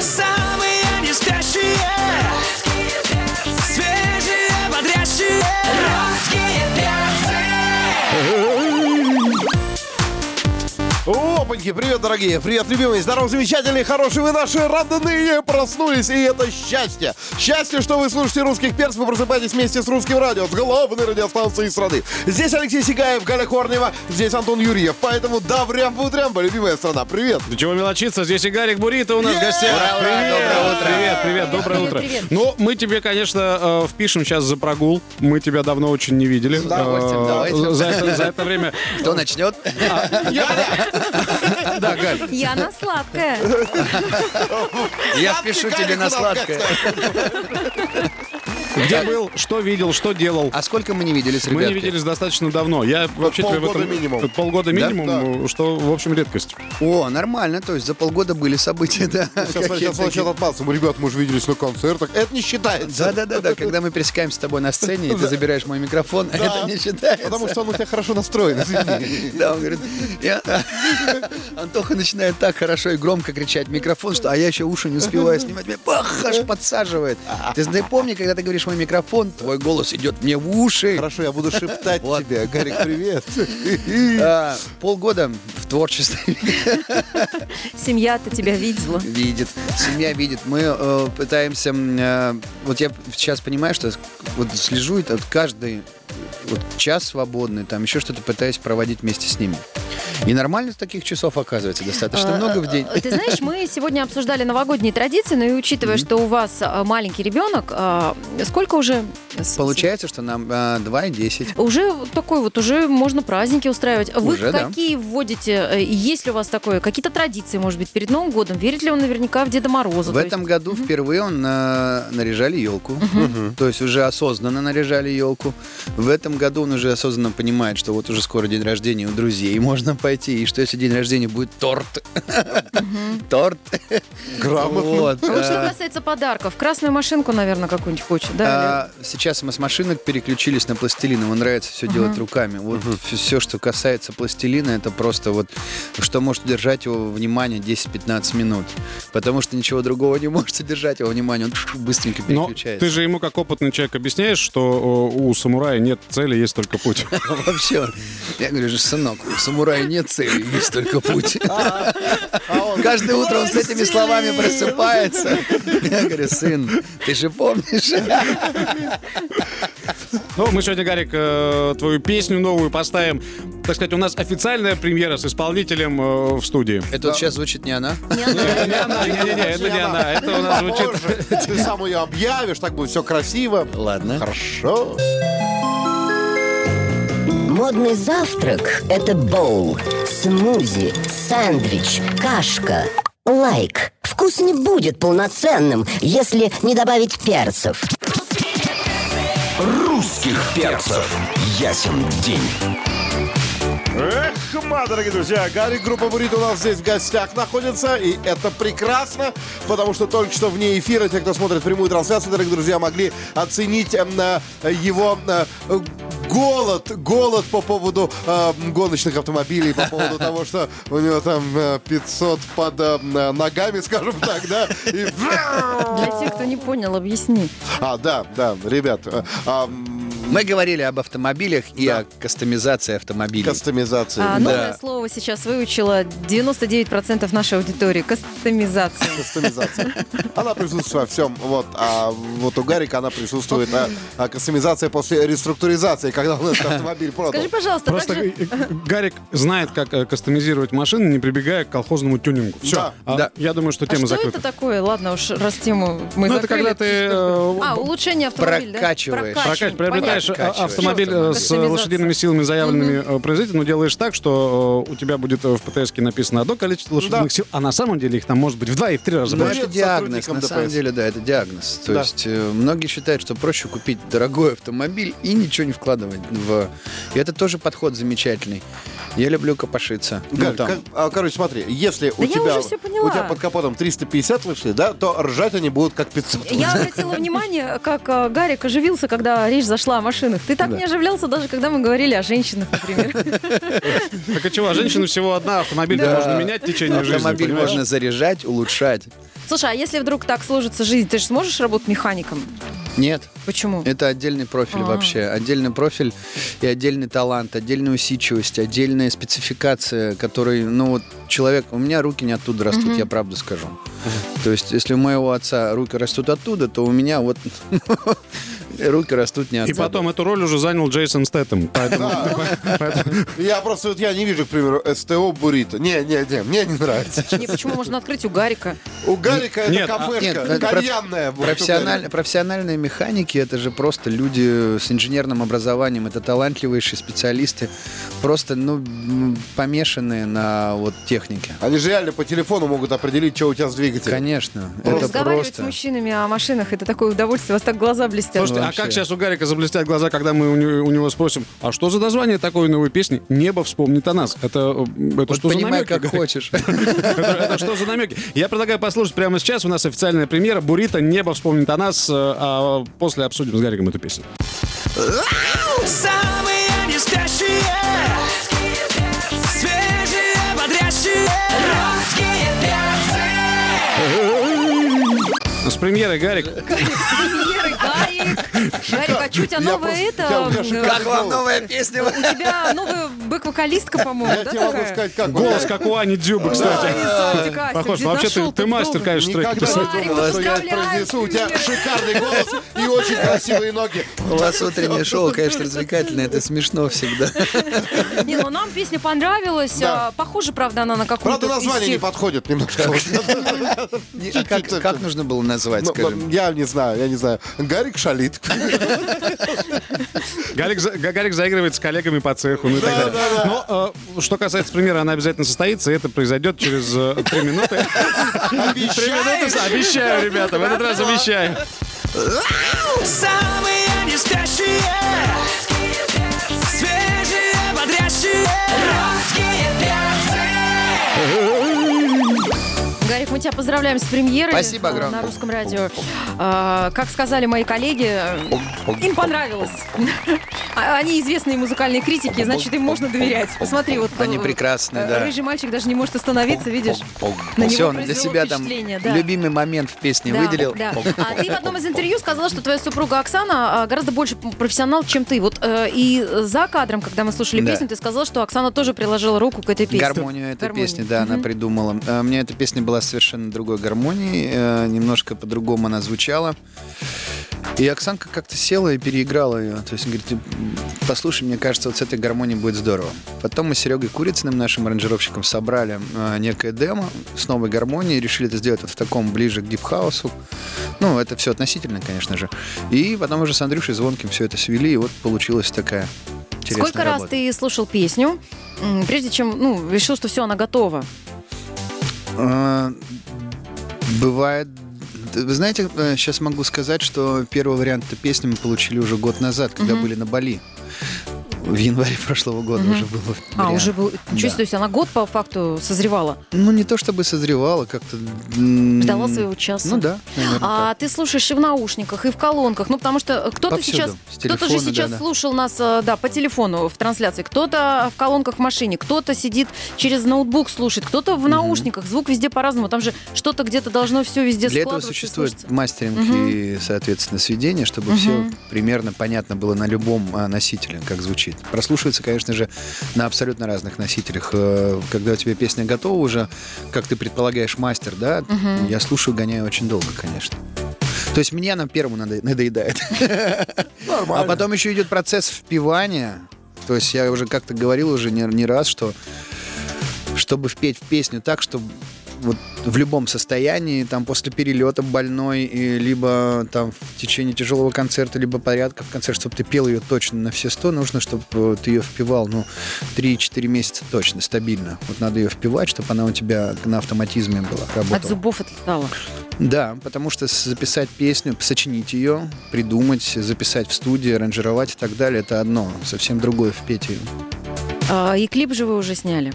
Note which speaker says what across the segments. Speaker 1: Самые не спящие Свежие, бодрящие Русские перцы
Speaker 2: Опаньки, привет, дорогие, привет, любимые, здорово, замечательные, хорошие вы наши родные, проснулись, и это счастье. Счастье, что вы слушаете русских перцев и просыпаетесь вместе с русским радио, с главной радиостанции страны. Здесь Алексей Сигаев, Галя Корнева, здесь Антон Юрьев, поэтому да, врям утрямба, любимая страна, привет.
Speaker 3: Ты чего мелочиться? Здесь и Гарик Бурита у нас в гостях.
Speaker 2: Ура, ура,
Speaker 3: привет,
Speaker 2: доброе утро.
Speaker 3: Привет, привет, доброе
Speaker 4: Привет,
Speaker 3: утро.
Speaker 4: привет.
Speaker 3: Ну, мы тебе, конечно, э, впишем сейчас за прогул. Мы тебя давно очень не видели. С
Speaker 5: удовольствием, давайте.
Speaker 3: За это, за это время.
Speaker 5: Кто начнет?
Speaker 3: Да, Галь.
Speaker 4: Я на сладкое.
Speaker 5: Я впишу тебе на сладкое.
Speaker 3: Где был, что видел, что делал.
Speaker 5: А сколько мы не виделись,
Speaker 3: Мы
Speaker 5: ребята?
Speaker 3: не виделись достаточно давно. Я вообще тебе в
Speaker 2: полгода
Speaker 3: этом...
Speaker 2: минимум.
Speaker 3: Полгода
Speaker 5: Да?
Speaker 3: минимум, ну, что, в общем, редкость.
Speaker 5: О, нормально, то есть за полгода были события, да.
Speaker 2: Сейчас
Speaker 5: Какие-то
Speaker 2: начнется
Speaker 5: такие.
Speaker 2: начнет отмазаться. Мы, Ну, Ребят, мы же виделись на концертах. Это не считается.
Speaker 5: Да-да-да, когда мы пересекаемся с тобой на сцене, и ты забираешь мой микрофон, а это не считается.
Speaker 2: Потому что он у тебя хорошо настроен, извини.
Speaker 5: Да, он говорит, я- Антоха начинает так хорошо и громко кричать в микрофон, что а я еще уши не успеваю снимать. Меня бах, аж подсаживает. Ты знаешь, помни, когда ты говоришь мой микрофон, твой голос идет мне в уши.
Speaker 2: Хорошо, я буду шептать
Speaker 5: Вот.
Speaker 2: тебя. Гарик, привет.
Speaker 5: А, Полгода в творчестве
Speaker 4: Семья-то тебя видела.
Speaker 5: видит, семья видит. Мы э, пытаемся, м, э, вот я сейчас понимаю, что вот слежу это вот каждый вот час свободный, там еще что-то пытаюсь проводить вместе с ними. И нормально таких часов оказывается достаточно
Speaker 4: А,
Speaker 5: много в день.
Speaker 4: а, Ты знаешь, мы сегодня обсуждали новогодние традиции, но и учитывая, что у вас а, маленький ребенок, а, сколько уже? с-
Speaker 5: Получается, что нам э, 2 и 10.
Speaker 4: Уже такой вот, уже можно праздники устраивать. Вы
Speaker 5: Уже, да.
Speaker 4: какие вводите, э, есть ли у вас такое, какие-то традиции, может быть, перед Новым годом? Верит ли он наверняка в Деда Мороза?
Speaker 5: В
Speaker 4: То есть-
Speaker 5: этом году впервые он э, наряжали елку. То есть уже осознанно наряжали елку. В этом году он уже осознанно понимает, что вот уже скоро день рождения у друзей можно пойти. И что если день рождения будет торт. Торт. Грамотно.
Speaker 4: А вот что касается подарков, красную машинку, наверное, какую-нибудь хочет, да?
Speaker 5: А, сейчас мы с машинок переключились на пластилин. Ему нравится все делать руками. Вот все, что касается пластилина, это просто вот, что может удержать его внимание 10-15 минут. Потому что ничего другого не может удержать его внимание. Он быстренько
Speaker 3: Но
Speaker 5: переключается.
Speaker 3: ты же ему, как опытный человек, объясняешь, что э, у самурая нет цели, есть только путь.
Speaker 5: Вообще, я говорю, же, сынок, у самурая нет цели, есть только путь. Каждое утро он с этими словами просыпается. Я говорю, сын, ты же помнишь?
Speaker 3: Ну, мы сегодня, Гарик, э, твою песню новую поставим. Так сказать, у нас официальная премьера с исполнителем э, в студии. Ну,
Speaker 5: Это вот сейчас звучит не она.
Speaker 4: Не она.
Speaker 3: Это не она, не-не-не, это не она. Это у нас звучит...
Speaker 2: Боже, Ты сам ее объявишь, так будет все красиво.
Speaker 5: Ладно.
Speaker 2: Хорошо.
Speaker 6: Модный завтрак – это боул, смузи, сэндвич, кашка, лайк. Вкус не будет полноценным, если не добавить перцев.
Speaker 7: Русских перцев. Ясен день.
Speaker 2: Эх, ма, дорогие друзья, Гарри, группа Бурит у нас здесь в гостях находится, и это прекрасно, потому что только что вне эфира те, кто смотрит прямую трансляцию, дорогие друзья, могли оценить эм, э, его э, э, голод, голод по поводу э, гоночных автомобилей, по поводу того, что у него там э, 500 под э, ногами, скажем так, да, и...
Speaker 5: э,
Speaker 4: Для тех, кто не понял, объясни.
Speaker 2: А, да, да, ребят, э, а, м,
Speaker 5: Мы говорили об автомобилях и о кастомизации автомобилей.
Speaker 2: кастомизация.
Speaker 4: А,
Speaker 5: Да.
Speaker 4: новое слово сейчас выучила 99% нашей аудитории. Кастомизация.
Speaker 2: Кастомизация. Она присутствует во всем. Вот, а вот у Гарика она присутствует. А, а кастомизация после реструктуризации, когда он этот автомобиль продал.
Speaker 4: Скажи, пожалуйста,
Speaker 3: Просто
Speaker 4: также-
Speaker 3: э, э, Гарик знает, как э, кастомизировать машины, не прибегая к колхозному тюнингу. Все.
Speaker 2: Да,
Speaker 5: да.
Speaker 3: Я думаю, что
Speaker 4: а
Speaker 3: тема
Speaker 4: что
Speaker 3: закрыта.
Speaker 4: это такое? Ладно уж, раз тему мы
Speaker 3: Ну, это
Speaker 4: закрыли.
Speaker 3: когда ты, э,
Speaker 4: А, улучшение автомобиля, да?
Speaker 5: прокачиваешь.
Speaker 3: Прокачиваешь, приобретаешь
Speaker 4: Понятно.
Speaker 3: э,
Speaker 5: Прокачиваешь.
Speaker 3: автомобиль э, с э,
Speaker 4: Кастомизация.
Speaker 3: лошадиными силами, заявленными э, производителем, но делаешь так, что э, у тебя будет э, в птс написано одно количество лошадиных сил, а на самом деле их там может быть в два и в три раза
Speaker 5: Ну,
Speaker 3: больше.
Speaker 5: это
Speaker 2: Привет
Speaker 5: диагноз,
Speaker 2: сотрудникам
Speaker 5: на
Speaker 2: ДПС.
Speaker 5: самом деле, да, это диагноз. То
Speaker 2: Да.
Speaker 5: есть э, многие считают, что проще купить дорогой автомобиль и ничего не вкладывать в... И это тоже подход замечательный. Я люблю копошиться. Ну,
Speaker 2: Гарик,
Speaker 5: там,
Speaker 2: как- а, короче, смотри, если у
Speaker 4: Да я
Speaker 2: тебя,
Speaker 4: уже всё поняла.
Speaker 2: у тебя под капотом 350 вышли, да, то ржать они будут как 500.
Speaker 4: Я обратила внимание, как э, Гарик оживился, когда речь зашла машинах. Ты так не оживлялся, даже когда мы говорили о женщинах, например.
Speaker 3: Так а чего, женщина всего одна, автомобиль можно менять в течение жизни.
Speaker 5: Автомобиль
Speaker 3: понимаешь?
Speaker 5: можно заряжать, улучшать.
Speaker 4: Слушай, а если вдруг так сложится жизнь, ты же сможешь работать механиком?
Speaker 5: Нет,
Speaker 4: Почему?
Speaker 5: Это отдельный профиль
Speaker 4: А.
Speaker 5: вообще. Отдельный профиль и отдельный талант, отдельная усидчивость, отдельная спецификация, который, ну вот, человек... У меня руки не оттуда растут, я правду скажу. То есть, если у моего отца руки растут оттуда, то у меня вот руки растут не
Speaker 3: И
Speaker 5: отсюда.
Speaker 3: потом эту роль уже занял Джейсон Стэттем. Поэтому
Speaker 2: Я просто вот я не вижу, к примеру, СТО Бурито. Не, не, не, мне не нравится.
Speaker 4: Не, почему можно открыть у Гарика?
Speaker 2: У Гарика это
Speaker 3: Нет,
Speaker 5: Нет,
Speaker 2: кафешка,
Speaker 5: это проф-
Speaker 2: кальянная. в общем-то.
Speaker 5: профессиональ- профессиональные механики это же просто люди с инженерным образованием, это талантливейшие специалисты, просто ну м, помешанные на вот технике.
Speaker 2: Они же реально по телефону могут определить, что у тебя с двигателем.
Speaker 5: Конечно, это
Speaker 4: Разговаривать с
Speaker 5: просто.
Speaker 4: мужчинами о машинах, это такое удовольствие, у вас так глаза блестят.
Speaker 3: Слушайте, а
Speaker 5: вообще.
Speaker 3: как сейчас у Гарика заблестят глаза, когда мы у него, у него спросим, а что за название такой новой песни? Небо вспомнит о нас. Это, э, это
Speaker 5: Вот
Speaker 4: Ну,
Speaker 3: что за
Speaker 5: понимай,
Speaker 3: намеки?
Speaker 5: как
Speaker 3: Гарик?
Speaker 5: хочешь.
Speaker 3: Это, это что за намеки? Я предлагаю послушать прямо сейчас. У нас официальная премьера. Бурита «Небо вспомнит о нас». э, А после обсудим с Гариком эту песню.
Speaker 1: Самые не спящие Свежие, бодрящие Русские перцы
Speaker 3: С премьерой, Гарик.
Speaker 4: Премьеры, Гарик! Гарик, а чуть, а
Speaker 2: Я
Speaker 4: новое
Speaker 2: просто-
Speaker 4: это...
Speaker 2: я у меня
Speaker 4: м,
Speaker 2: шикарно.
Speaker 4: э,
Speaker 5: вам новая песня?
Speaker 4: У тебя новая бэк-вокалистка, по-моему,
Speaker 2: Я
Speaker 4: да,
Speaker 2: тебе могу
Speaker 4: такая?
Speaker 2: сказать, как
Speaker 3: Голос, как у Ани Дзюбы,
Speaker 4: Да,
Speaker 3: кстати.
Speaker 4: не знаю, Дикастик,
Speaker 3: Похож.
Speaker 4: где
Speaker 3: Вообще
Speaker 4: нашел
Speaker 3: ты, ты
Speaker 4: тут
Speaker 3: мастер,
Speaker 4: добрый?
Speaker 3: конечно, треки
Speaker 2: Никогда
Speaker 3: писать.
Speaker 2: не
Speaker 4: Гарик,
Speaker 2: думал, что я это
Speaker 4: поздравляю,
Speaker 2: произнесу. У тебя
Speaker 4: премьера.
Speaker 2: шикарный голос и очень красивые ноги.
Speaker 5: У вас утреннее шоу, конечно, развлекательное, это смешно всегда.
Speaker 4: Не, ну нам песня понравилась.
Speaker 2: Да.
Speaker 4: а, Похоже, правда, она на какую-то
Speaker 2: Правда, название не
Speaker 4: из тех-
Speaker 2: подходит немножко.
Speaker 5: Не, а Как
Speaker 4: Типа
Speaker 5: как нужно было назвать,
Speaker 2: Ну,
Speaker 5: скажем?
Speaker 2: Я не знаю, я не знаю. Гарик шалит.
Speaker 3: Гарик, за- Га- Гарик заигрывает с коллегами по цеху, ну и так далее. Но э, что касается премьеры, она обязательно состоится, и это произойдет через э, три минуты. Три минуты, с- обещаю, ребята, в этот раз обещаю.
Speaker 1: Самые не спящие Свежие, бодрящие Русские перцы
Speaker 4: Гарик, мы тебя поздравляем с премьерой.
Speaker 5: Спасибо
Speaker 4: э,
Speaker 5: огромное.
Speaker 4: На русском радио. А, Как сказали мои коллеги, э, им понравилось. А, Они известные музыкальные критики, значит, им можно доверять. Посмотри, вот...
Speaker 5: Они
Speaker 4: э,
Speaker 5: прекрасные,
Speaker 4: э,
Speaker 5: да.
Speaker 4: Рыжий мальчик даже не может остановиться, видишь? На
Speaker 5: Все,
Speaker 4: него
Speaker 5: он для
Speaker 4: произвело
Speaker 5: себя там
Speaker 4: впечатление, да.
Speaker 5: любимый момент в песне
Speaker 4: Да,
Speaker 5: выделил.
Speaker 4: да. А ты в одном из интервью сказала, что твоя супруга Оксана а, гораздо больше профессионал, чем ты. Вот э, и за кадром, когда мы слушали
Speaker 5: Да.
Speaker 4: песню, ты сказала, что Оксана тоже приложила руку к этой песне.
Speaker 5: Гармонию этой
Speaker 4: Гармонию.
Speaker 5: песни, да, она придумала. Э, У меня эта песня была совершенно другой гармонии, э, немножко по-другому она звучала. И Оксанка как-то села и переиграла ее. То есть, говорит, послушай, мне кажется, вот с этой гармонией будет здорово. Потом мы с Серегой Курицыным, нашим аранжировщиком, собрали э, некое демо с новой гармонией, решили это сделать вот в таком ближе к дипхаусу. Ну, это все относительно, конечно же. И потом уже с Андрюшей Звонким все это свели, и вот получилась такая интересная
Speaker 4: Сколько раз
Speaker 5: работа.
Speaker 4: ты слушал песню, м, прежде чем ну, решил, что все, она готова?
Speaker 5: А, Бывает. Вы знаете, сейчас могу сказать, что первый вариант этой песни мы получили уже год назад, когда были на Бали. В январе прошлого года уже было.
Speaker 4: А,
Speaker 5: вариант.
Speaker 4: уже был. Ничего
Speaker 5: Да.
Speaker 4: себе, то есть она год по факту созревала,
Speaker 5: Ну, не то чтобы созревала, как-то... м,
Speaker 4: ждала своего часа.
Speaker 5: Ну да, наверное,
Speaker 4: А ты слушаешь и в наушниках, и в колонках. Ну, потому что э, кто-то
Speaker 5: Повсюду.
Speaker 4: сейчас,
Speaker 5: С
Speaker 4: кто-то же
Speaker 5: телефона,
Speaker 4: сейчас
Speaker 5: да-да.
Speaker 4: слушал нас, э, да, по телефону в трансляции, кто-то в колонках в машине, кто-то сидит через ноутбук слушает, кто-то в наушниках. Звук везде по-разному. Там же что-то где-то должно все везде
Speaker 5: Для этого
Speaker 4: складываться. и
Speaker 5: существует
Speaker 4: слушаться.
Speaker 5: мастеринг и, соответственно, сведение, чтобы все примерно понятно было на любом а, носителе, как звучит. Прослушивается, конечно же, на абсолютно разных носителях. Э, Когда у тебя песня готова уже, как ты предполагаешь, мастер, да, я слушаю, гоняю очень долго, конечно. То есть мне она первому надо- надоедает. А потом еще идет процесс впивания. То есть я уже как-то говорил уже не, не раз, что чтобы впеть в песню так, чтобы вот в любом состоянии, там после перелета больной, и либо там в течение тяжелого концерта, либо порядка в концерте, чтобы ты пел ее точно на все сто, нужно, чтобы ты ее впивал, ну, 3-4 месяца точно, стабильно. Вот надо ее впивать, чтобы она у тебя на автоматизме была, работала.
Speaker 4: От зубов отлетала.
Speaker 5: Да, потому что с- записать песню, сочинить ее, придумать, записать в студии, аранжировать и так далее, это одно. Совсем другое впеть ее.
Speaker 4: А, И клип же вы уже сняли.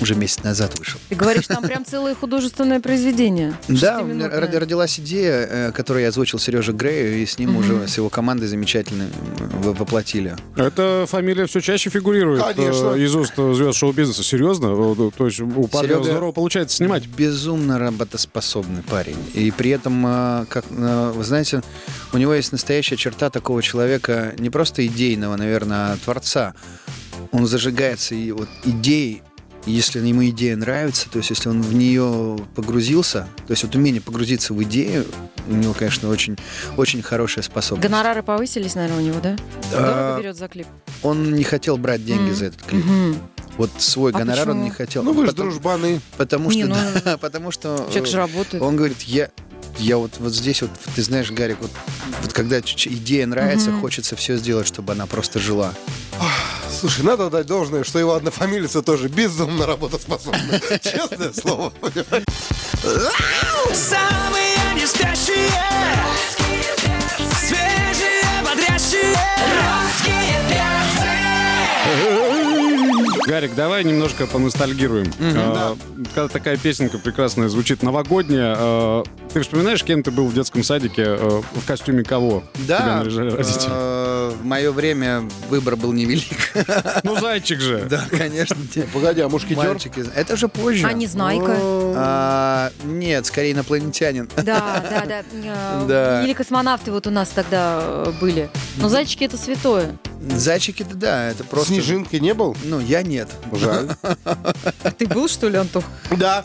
Speaker 5: уже месяц назад вышел.
Speaker 4: Ты говоришь, там прям целое художественное произведение.
Speaker 5: Да, у меня
Speaker 4: Шестиминутное.
Speaker 5: род- родилась идея, э, которую я озвучил Сереже Грею, и с ним уже, с его командой замечательно м, во- воплотили.
Speaker 3: Эта фамилия все чаще фигурирует
Speaker 2: Конечно.
Speaker 3: э, из уст звезд шоу-бизнеса. Серьезно? Э, да, То есть у парня
Speaker 5: Серега-
Speaker 3: здорово получается снимать.
Speaker 5: Безумно работоспособный парень. И при этом, э, как, э, вы знаете, у него есть настоящая черта такого человека, не просто идейного, наверное, а творца. Он зажигается и вот идеей, и если ему идея нравится, то есть если он в нее погрузился, то есть вот умение погрузиться в идею, у него, конечно, очень, очень хорошая способность.
Speaker 4: Гонорары повысились, наверное, у него, да?
Speaker 2: А.
Speaker 4: Дорого берет за клип.
Speaker 5: Он не хотел брать деньги за этот клип. Вот свой
Speaker 4: А
Speaker 5: гонорар он
Speaker 4: почему?
Speaker 5: не хотел.
Speaker 2: Ну вы же
Speaker 5: Потом-
Speaker 2: дружбаны.
Speaker 5: Потому
Speaker 4: Не,
Speaker 5: что,
Speaker 4: ну,
Speaker 5: да, потому что...
Speaker 4: Человек же
Speaker 5: э,
Speaker 4: работает.
Speaker 5: Он говорит, я, я вот, вот здесь вот, ты знаешь, Гарик, вот, вот когда ч- ч- идея нравится, хочется все сделать, чтобы она просто жила.
Speaker 2: Слушай, надо отдать должное, что его однофамилица тоже безумно работоспособна. Честное слово.
Speaker 1: Самые неспящие Свежие, бодрящие Русские перцы
Speaker 3: Гарик, давай немножко поностальгируем. Э, Когда такая песенка прекрасная звучит, новогодняя, э, ты вспоминаешь, кем ты был в детском садике, э, в костюме кого? Тебя
Speaker 5: Да,
Speaker 3: наряжали родители.
Speaker 5: э, в мое время выбор был невелик.
Speaker 3: Ну, зайчик же.
Speaker 5: Э, Да, конечно. те
Speaker 2: Погоди, а мушкетер?
Speaker 5: мальчики. Это уже позже.
Speaker 4: А
Speaker 2: Ну.
Speaker 4: Незнайка.
Speaker 5: А, Нет, скорее инопланетянин.
Speaker 4: Да, да, да. Э,
Speaker 5: Да.
Speaker 4: Или космонавты вот у нас тогда э, были. Но зайчики это святое.
Speaker 5: Зайчики-то да, это просто...
Speaker 2: Снежинки не был?
Speaker 5: Ну, я нет.
Speaker 2: Жаль.
Speaker 4: А ты был, что ли, Антох?
Speaker 2: Да.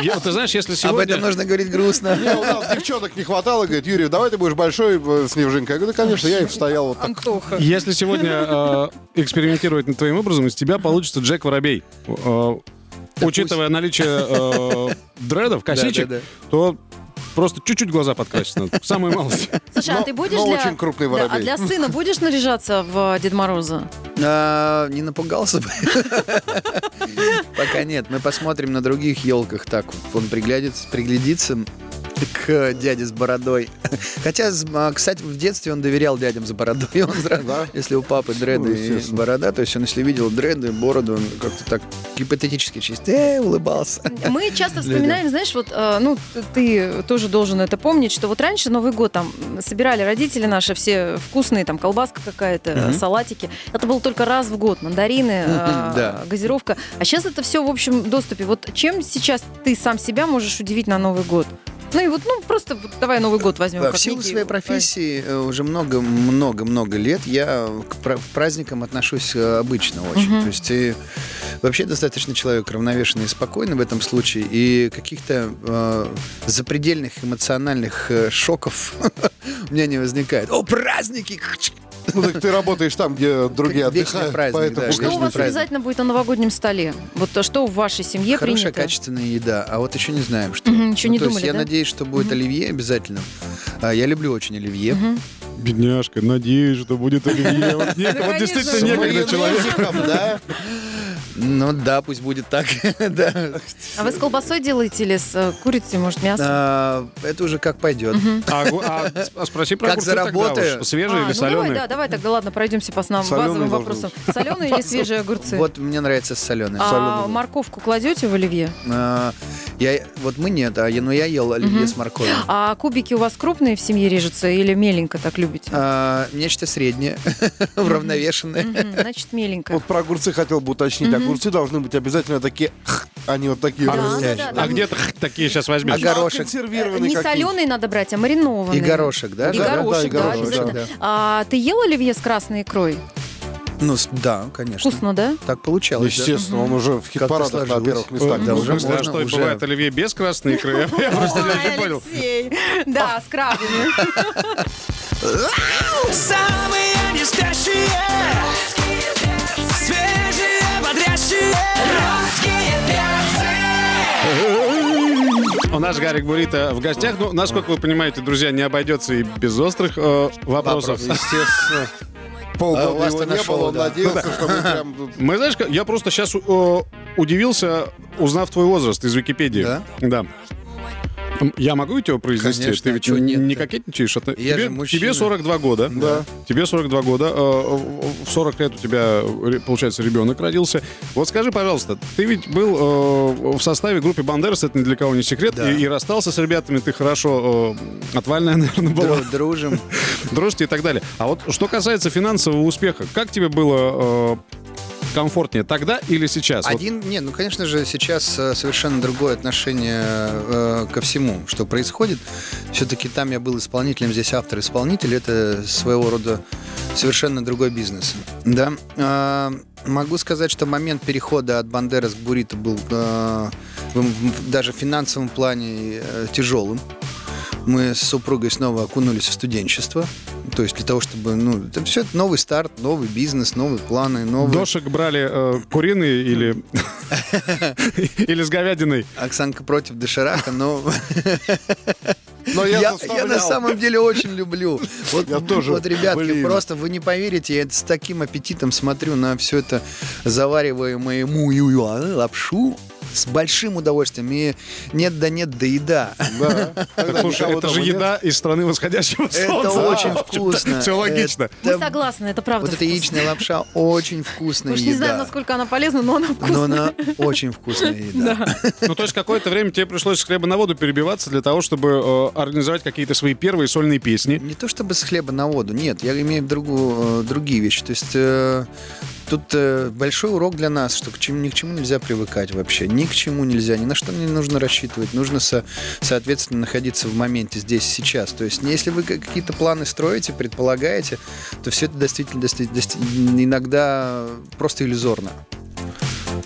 Speaker 3: Я- Ты знаешь, если
Speaker 5: Об этом
Speaker 3: сегодня...
Speaker 5: нужно говорить грустно.
Speaker 2: Не, у нас девчонок не хватало, говорит, Юрий, давай ты будешь большой э, снежинкой. Я говорю, «Да, конечно, я и встоял вот так.
Speaker 4: Антоха.
Speaker 3: Если сегодня э, экспериментировать над твоим образом, из тебя получится Джек Воробей. Э, Учитывая наличие э, дредов, косичек,
Speaker 5: да.
Speaker 3: то просто чуть-чуть глаза подкрасить надо. Самое малость.
Speaker 4: Слушай, а
Speaker 2: Но-
Speaker 4: ты будешь
Speaker 2: но
Speaker 4: для...
Speaker 2: очень крупный
Speaker 4: Да, а
Speaker 2: воробей.
Speaker 4: для сына будешь наряжаться в э, Дед Мороза?
Speaker 5: А, не напугался бы. Пока нет. Мы посмотрим на других елках. Так, он приглядится, приглядится к дяде с бородой. Хотя, с- а, кстати, в детстве он доверял дядям с бородой. Он сразу, Если у папы дреды и борода, то есть он, если видел дреды, бороду, он как-то так гипотетически чисто э, улыбался.
Speaker 4: Мы часто вспоминаем, знаешь, вот, э, ну, т- ты тоже должен это помнить, что вот раньше Новый год там собирали родители наши все вкусные, там колбаска какая-то, э, салатики. Это было только раз в год, мандарины, э,
Speaker 5: да.
Speaker 4: газировка. А сейчас это все в общем доступе. Вот чем сейчас ты сам себя можешь удивить на Новый год? Ну и вот, ну, просто вот давай Новый год возьмем.
Speaker 5: Да,
Speaker 4: как
Speaker 5: В силу
Speaker 4: некий
Speaker 5: своей
Speaker 4: праздник.
Speaker 5: профессии э, уже много-много-много лет я к пра- праздникам отношусь э, обычно очень. То есть ты вообще достаточно человек равновешенный и спокойный в этом случае. И каких-то э, запредельных эмоциональных э, шоков у меня не возникает. О, праздники!
Speaker 2: Ну так ты работаешь там, где другие
Speaker 5: Вечный
Speaker 2: отдыхают.
Speaker 5: праздник,
Speaker 2: поэтому-
Speaker 5: да.
Speaker 4: Ну, Что у
Speaker 5: Вечный
Speaker 4: вас
Speaker 5: праздник.
Speaker 4: обязательно будет на новогоднем столе? Вот э, что в вашей семье
Speaker 5: Хорошая
Speaker 4: принято?
Speaker 5: качественная еда, а вот еще не знаем, что. Ну,
Speaker 4: Мгм, еще не
Speaker 5: то есть
Speaker 4: думали,
Speaker 5: я
Speaker 4: да?
Speaker 5: надеюсь, что будет оливье обязательно. А, я люблю очень оливье.
Speaker 3: Бедняжка, надеюсь, что будет Оливье. Вот нек-
Speaker 4: Да,
Speaker 3: вот
Speaker 4: конечно,
Speaker 3: действительно
Speaker 4: ну,
Speaker 3: некогда
Speaker 2: Блин,
Speaker 3: человек.
Speaker 2: ножиком, да?
Speaker 5: Ну да, пусть будет так. да.
Speaker 4: А вы с колбасой делаете или с э, курицей, может, мясо?
Speaker 5: А, это уже как пойдет.
Speaker 3: А, гу- а с- а спроси про
Speaker 5: Как
Speaker 3: огурцы тогда
Speaker 5: заработаю?
Speaker 3: уж. Свежие
Speaker 4: А,
Speaker 3: или
Speaker 4: ну
Speaker 3: соленые?
Speaker 4: Давай, да, давай тогда, ладно, пройдемся по основным
Speaker 2: Солёные
Speaker 4: базовым
Speaker 2: должны
Speaker 4: вопросам. Соленые или свежие огурцы?
Speaker 5: Вот мне нравится соленый.
Speaker 4: А морковку кладете в оливье?
Speaker 5: А, я, вот мы нет, а я, но я ел оливье с морковью.
Speaker 4: А кубики у вас крупные в семье режутся или меленько так любите?
Speaker 5: А, нечто среднее, уравновешенное.
Speaker 4: Мгм, Значит, меленько.
Speaker 2: Вот про огурцы хотел бы уточнить. Огурцы должны быть обязательно такие, а не вот такие.
Speaker 4: Да,
Speaker 2: вот.
Speaker 4: да, да,
Speaker 3: А
Speaker 4: там
Speaker 3: где ты х, такие сейчас возьмешь?
Speaker 5: Ага. горошек?
Speaker 2: Консервированные
Speaker 4: Э, Не
Speaker 2: какие-то.
Speaker 4: соленые надо брать, а маринованные.
Speaker 5: И горошек, да?
Speaker 4: И
Speaker 2: Да, да,
Speaker 4: горошек,
Speaker 2: да, и
Speaker 4: да,
Speaker 2: горошек,
Speaker 4: обязательно.
Speaker 5: да.
Speaker 4: А ты ел оливье с красной икрой?
Speaker 5: Ну, с- да, конечно.
Speaker 4: Вкусно, да?
Speaker 5: Так получалось. да.
Speaker 2: Ну, Естественно, он уже в хит-парадах на
Speaker 5: сложилось.
Speaker 2: первых местах.
Speaker 5: Да,
Speaker 3: Ну,
Speaker 5: уже
Speaker 3: в смысле, а
Speaker 5: можно,
Speaker 3: что,
Speaker 5: уже.
Speaker 3: бывает оливье без красной икры? Я просто даже не понял.
Speaker 4: Да,
Speaker 5: А.
Speaker 4: с крабами.
Speaker 1: Самые неспящие Свежие, бодрящие Русские перцы
Speaker 3: У нас Гарик Бурита в гостях. Ну, насколько вы понимаете, друзья, не обойдется и без острых э, вопросов.
Speaker 2: Естественно.
Speaker 5: А у
Speaker 2: Полгода
Speaker 5: вас-то
Speaker 2: его не
Speaker 5: нашел,
Speaker 2: было, он
Speaker 5: да.
Speaker 2: надеялся, что мы прям... тут-
Speaker 3: Мы, знаешь, как- я просто э, сейчас удивился, узнав твой возраст из Википедии.
Speaker 5: Да?
Speaker 3: Да. М, Я могу ведь его произнести?
Speaker 5: Конечно,
Speaker 3: Ты
Speaker 5: а
Speaker 3: ведь
Speaker 5: чего
Speaker 3: не, не
Speaker 5: нет-то?
Speaker 3: кокетничаешь? а ты-
Speaker 5: Я
Speaker 3: тебе,
Speaker 5: же мужчина.
Speaker 3: тебе 42 года.
Speaker 5: Да.
Speaker 3: Тебе 42 года. э, В 40 лет у тебя, ре- получается, ребенок родился. Вот скажи, пожалуйста, ты ведь был э, в составе группы Бандерас, это ни для кого не секрет,
Speaker 5: Да.
Speaker 3: и, и расстался с ребятами, ты хорошо э, отвальная, наверное, была,
Speaker 5: Дру- Дружим.
Speaker 3: дружите и так далее. А вот что касается финансового успеха, как тебе было э, комфортнее тогда или сейчас? Вот
Speaker 5: Один, не, ну, конечно же, сейчас э, совершенно другое отношение э, ко всему, что происходит. Все-таки там я был исполнителем, здесь автор-исполнитель. Это своего рода совершенно другой бизнес. Да. Э, могу сказать, что момент перехода от Бандерас к Бурито был э, в- в- даже в финансовом плане э, тяжелым. Мы с супругой снова окунулись в студенчество. То есть для того, чтобы... Ну, это все это новый старт, новый бизнес, новые планы, новые...
Speaker 3: Дошек брали э, куриные или... Или с говядиной?
Speaker 5: Оксанка против доширака, но
Speaker 2: Но я,
Speaker 5: я, я
Speaker 2: заставлял.
Speaker 5: на самом деле очень люблю. Вот,
Speaker 2: Я тоже,
Speaker 5: вот ребятки,
Speaker 2: блин.
Speaker 5: просто вы не поверите, я это с таким аппетитом смотрю на все это завариваемое мую лапшу с большим удовольствием. И нет да нет да еда.
Speaker 2: Да.
Speaker 3: Так,
Speaker 2: Когда
Speaker 3: слушай,
Speaker 2: никого
Speaker 3: это
Speaker 2: дома
Speaker 3: же
Speaker 2: нет.
Speaker 3: еда из страны восходящего солнца.
Speaker 5: Это очень вкусно.
Speaker 3: Все логично.
Speaker 4: Мы
Speaker 5: Это-
Speaker 4: согласны, это правда.
Speaker 5: вот эта
Speaker 4: вкусно.
Speaker 5: яичная лапша очень вкусная
Speaker 4: Уж не знаю,
Speaker 5: еда.
Speaker 4: насколько она полезна, но она вкусная.
Speaker 5: Но она очень вкусная еда.
Speaker 3: Ну, то есть какое-то время тебе пришлось с хлеба на воду перебиваться для того, чтобы э, организовать какие-то свои первые сольные песни.
Speaker 5: Не то чтобы с хлеба на воду, нет, я имею в другу, э, другие вещи. То есть э, тут э, большой урок для нас, что к чему, ни к чему нельзя привыкать вообще, ни к чему нельзя, ни на что не нужно рассчитывать. Нужно, со- соответственно, находиться в моменте здесь, и сейчас. То есть если вы как- какие-то планы строите, предполагаете, то все это действительно, дости- дости- иногда просто иллюзорно.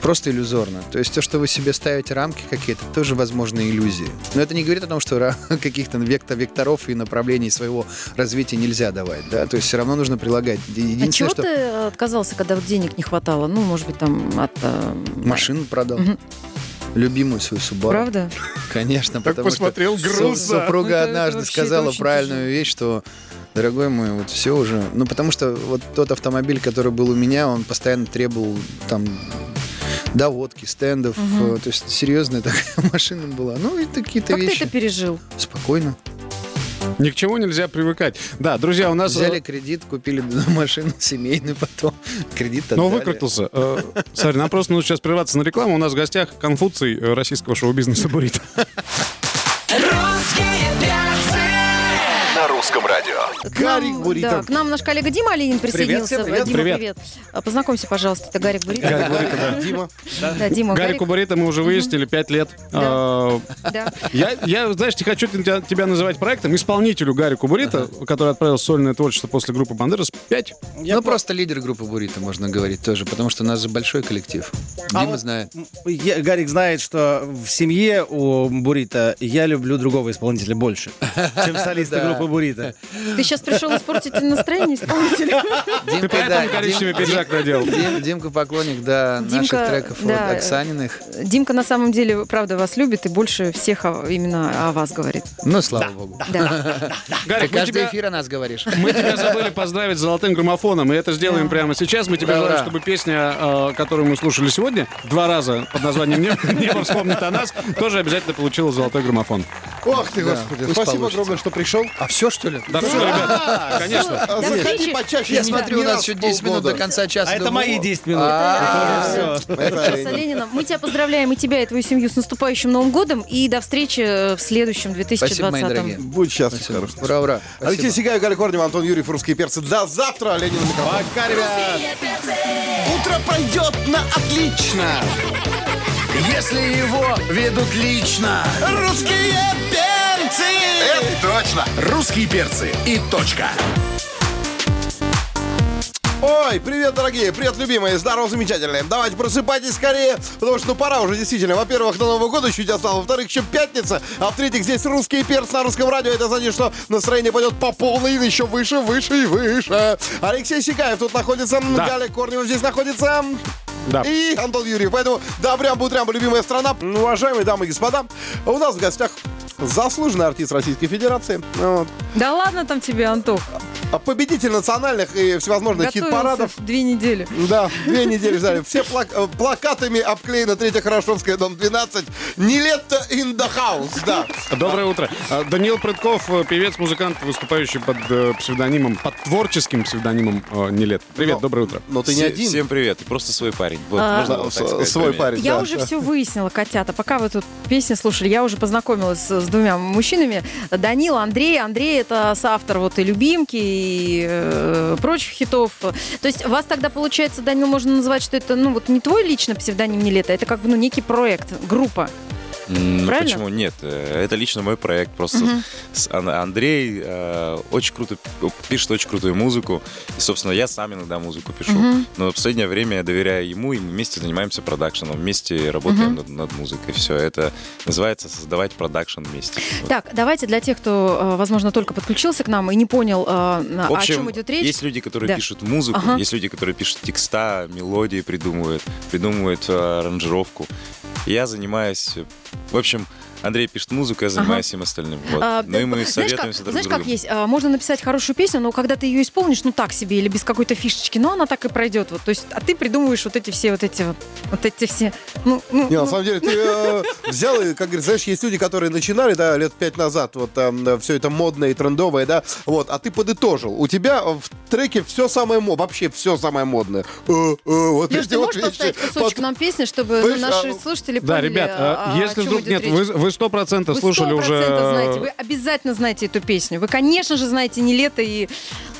Speaker 5: Просто иллюзорно. То есть то, что вы себе ставите рамки какие-то, тоже, возможно, иллюзии. Но это не говорит о том, что ра- каких-то векто- векторов и направлений своего развития нельзя давать. Да? То есть все равно нужно прилагать.
Speaker 4: А
Speaker 5: Единственное,
Speaker 4: чего
Speaker 5: что
Speaker 4: ты э, отказался, когда вот денег не хватало? Ну, может быть, там от... э,
Speaker 5: машину продал. Любимую свою Субару.
Speaker 4: Правда?
Speaker 5: Конечно,
Speaker 3: Так
Speaker 5: потому
Speaker 3: посмотрел
Speaker 5: что
Speaker 3: грустно.
Speaker 5: су- супруга
Speaker 4: Ну, это- это
Speaker 5: однажды
Speaker 4: вообще, это
Speaker 5: сказала
Speaker 4: очень
Speaker 5: правильную
Speaker 4: тяжело.
Speaker 5: вещь, что дорогой мой, вот все уже. Ну, потому что вот тот автомобиль, который был у меня, он постоянно требовал там доводки, стендов. э, То есть серьезная такая машина была. Ну, и какие-то
Speaker 4: Как
Speaker 5: вещи.
Speaker 4: ты это пережил?
Speaker 5: Спокойно.
Speaker 3: Ни к чему нельзя привыкать. Да, друзья, у нас... э,
Speaker 5: Взяли кредит, купили машину семейную потом. Кредит
Speaker 3: Но
Speaker 5: отдали.
Speaker 3: выкрутился. Э, Сорян, нам просто нужно сейчас прерваться на рекламу. У нас в гостях Конфуций э, российского шоу-бизнеса Бурит.
Speaker 1: Русские перцы.
Speaker 7: На русском радио.
Speaker 4: К
Speaker 2: Гарик
Speaker 4: нам,
Speaker 2: Буритов.
Speaker 4: да, к нам наш коллега Дима Алинин присоединился.
Speaker 2: привет.
Speaker 4: Дима,
Speaker 3: Привет.
Speaker 4: привет. А, Познакомься, пожалуйста, это Гарик Буритов.
Speaker 2: Дима.
Speaker 4: Да, Дима,
Speaker 3: Гарику
Speaker 4: Гарик.
Speaker 3: Бурита мы уже выяснили 5 лет.
Speaker 4: Да.
Speaker 3: Э,
Speaker 4: Да.
Speaker 3: Я, я, знаешь, не хочу тебя, тебя называть проектом, исполнителю Гарику Бурита, который отправил сольное творчество после группы Бандерас, 5.
Speaker 5: ну, просто лидер группы Бурита, можно говорить тоже, потому что у нас же большой коллектив.
Speaker 8: А
Speaker 5: Дима
Speaker 8: вот
Speaker 5: знает.
Speaker 8: м, я- Гарик знает, что в семье у Бурита я люблю другого исполнителя больше, чем солиста
Speaker 5: Да.
Speaker 8: группы Бурита.
Speaker 4: Ты сейчас пришел испортить настроение исполнителю.
Speaker 3: Ты
Speaker 5: Димка, да,
Speaker 3: поэтому
Speaker 5: Дим-
Speaker 3: коричневый пиджак надел.
Speaker 5: Дим- Димка поклонник, да,
Speaker 4: Димка,
Speaker 5: наших треков
Speaker 4: да.
Speaker 5: от Оксаниных.
Speaker 4: Димка на самом деле, правда, вас любит и больше всех о- именно о вас говорит.
Speaker 5: Ну, слава богу.
Speaker 4: Да.
Speaker 5: Ты
Speaker 3: Гарик, мы
Speaker 5: каждый
Speaker 3: тебя,
Speaker 5: эфир о нас говоришь.
Speaker 3: мы тебя забыли поздравить с золотым граммофоном, и это сделаем прямо сейчас. Мы тебе
Speaker 5: Ура.
Speaker 3: желаем, чтобы песня, э, которую мы слушали сегодня, два раза под названием «Небо- «Небо вспомнит о нас», тоже обязательно получила золотой граммофон.
Speaker 2: Ох ты,
Speaker 5: Да,
Speaker 2: господи.
Speaker 5: пусть
Speaker 2: Спасибо
Speaker 5: получится.
Speaker 2: огромное, что пришел.
Speaker 5: А все, что ли?
Speaker 3: Да все, ребята, конечно.
Speaker 2: А
Speaker 4: До
Speaker 2: Заходи
Speaker 4: встречи.
Speaker 2: почаще.
Speaker 5: Я
Speaker 2: не-
Speaker 5: смотрю,
Speaker 2: не
Speaker 5: у нас
Speaker 2: раз в
Speaker 5: еще 10 минут
Speaker 2: полгода.
Speaker 5: до конца часа.
Speaker 8: А это
Speaker 5: Думаю,
Speaker 8: мои
Speaker 5: о,
Speaker 8: 10 минут. Это уже всё.
Speaker 2: Это
Speaker 4: С
Speaker 2: Арина.
Speaker 4: Олениным. Э, Мы тебя поздравляем и тебя, и твою семью с наступающим Новым годом. И до встречи э, в следующем
Speaker 5: Спасибо, мои
Speaker 4: 2020
Speaker 5: дорогие.
Speaker 2: Будь счастлив, хорошо.
Speaker 5: Ура, ура.
Speaker 2: Алексей
Speaker 5: Спасибо.
Speaker 2: Сигай, Гарри Корнев, Антон Юрьев, «Русские перцы». До завтра, Ленин Микрофон. Пока, ребят.
Speaker 7: Утро пройдет на отлично. Если его ведут лично. Русские перцы. Это точно. Русские перцы. И точка.
Speaker 2: Ой, привет, дорогие, привет, любимые, здорово, замечательные. Давайте просыпайтесь скорее, потому что ну, пора уже, действительно. Во-первых, до Нового года чуть осталось, во-вторых, еще пятница, а в-третьих, здесь русские перцы на русском радио. Это значит, что настроение пойдет по полной, еще выше, выше и выше. Алексей Сигаев тут находится,
Speaker 3: Да.
Speaker 2: Галя Корнева здесь находится.
Speaker 3: Да.
Speaker 2: И Антон Юрьев. Поэтому добрям бутрям, любимая страна. Ну, Уважаемые дамы и господа, у нас в гостях заслуженный артист Российской Федерации. Вот.
Speaker 4: Да ладно там тебе, Антох.
Speaker 2: А Победитель национальных и всевозможных
Speaker 4: Готовился
Speaker 2: хит-парадов.
Speaker 4: две недели.
Speaker 2: Да, две недели ждали. Все плак- э, плакатами обклеена Третья Хорошевская, дом 12. Нилетто in the house, да.
Speaker 3: Доброе утро. А, Даниил Прытков, э, певец, музыкант, выступающий под э, псевдонимом, под творческим псевдонимом э, Нилет. Привет, доброе утро.
Speaker 2: Но ты не
Speaker 7: Все-
Speaker 2: один.
Speaker 7: Всем привет, ты просто свой парень. Вот,
Speaker 4: А.
Speaker 7: можно вот так
Speaker 2: С-
Speaker 7: сказать про
Speaker 2: Свой
Speaker 7: меня.
Speaker 2: парень,
Speaker 4: Я
Speaker 2: да.
Speaker 4: уже все выяснила, котята. Пока вы тут песни слушали, я уже познакомилась с, с двумя мужчинами. Данила, Андрей. Андрей это соавтор вот и «Любимки», и э, прочих хитов. То есть вас тогда, получается, Данил, можно назвать, что это ну вот не твой лично псевдоним не лето, это как бы ну, некий проект, группа.
Speaker 7: М, Ну
Speaker 4: Правильно?
Speaker 7: почему нет? Э, Это лично мой проект. Просто с- Ан- Андрей э, очень круто п- пишет очень крутую музыку. И, собственно, я сам иногда музыку пишу. Но в последнее время я доверяю ему, и мы вместе занимаемся продакшеном, вместе работаем над, над музыкой. Все это называется создавать продакшн вместе. Вот.
Speaker 4: Так, давайте для тех, кто, э, возможно, только подключился к нам и не понял, э,
Speaker 7: В
Speaker 4: о
Speaker 7: общем,
Speaker 4: чем идет речь.
Speaker 7: есть люди, которые
Speaker 4: Да.
Speaker 7: пишут музыку,
Speaker 4: Ага.
Speaker 7: есть люди, которые пишут текста, мелодии придумывают, придумывают э, аранжировку. Я занимаюсь, э, в общем, Андрей пишет музыку, я занимаюсь всем остальным. Вот.
Speaker 4: А,
Speaker 7: ну и мы
Speaker 4: знаешь, как,
Speaker 7: советуемся друг
Speaker 4: знаешь,
Speaker 7: с
Speaker 4: как
Speaker 7: другом.
Speaker 4: есть? а, можно написать хорошую песню, но когда ты ее исполнишь, ну так себе, или без какой-то фишечки, но она так и пройдет. Вот, то есть, а ты придумываешь вот эти все, вот эти вот, вот эти все. Ну, ну,
Speaker 2: Не, на
Speaker 4: ну,
Speaker 2: самом деле, ты э, взял и, как говорится, знаешь, есть люди, которые начинали, да, лет пять назад, вот там все это модное и трендовое, да, вот, а ты подытожил. У тебя в треке все самое модное, вообще все самое модное. Э, э, вот
Speaker 4: Лёш,
Speaker 2: эти
Speaker 4: ты
Speaker 2: вот
Speaker 4: можешь
Speaker 2: вещи.
Speaker 4: поставить кусочек
Speaker 2: Под-
Speaker 4: нам песни, чтобы ну,
Speaker 2: Понимаешь,
Speaker 4: наши
Speaker 2: а,
Speaker 4: слушатели
Speaker 3: Да,
Speaker 4: поняли,
Speaker 3: ребят,
Speaker 4: а,
Speaker 3: э,
Speaker 4: о
Speaker 3: если
Speaker 4: чём
Speaker 3: вдруг
Speaker 4: идет
Speaker 3: нет,
Speaker 4: речь.
Speaker 3: вы вы сто процентов
Speaker 4: Вы
Speaker 3: слушали
Speaker 4: 100%
Speaker 3: уже.
Speaker 4: знаете, вы
Speaker 3: э,
Speaker 4: обязательно знаете эту песню. Вы, конечно же, знаете не лето и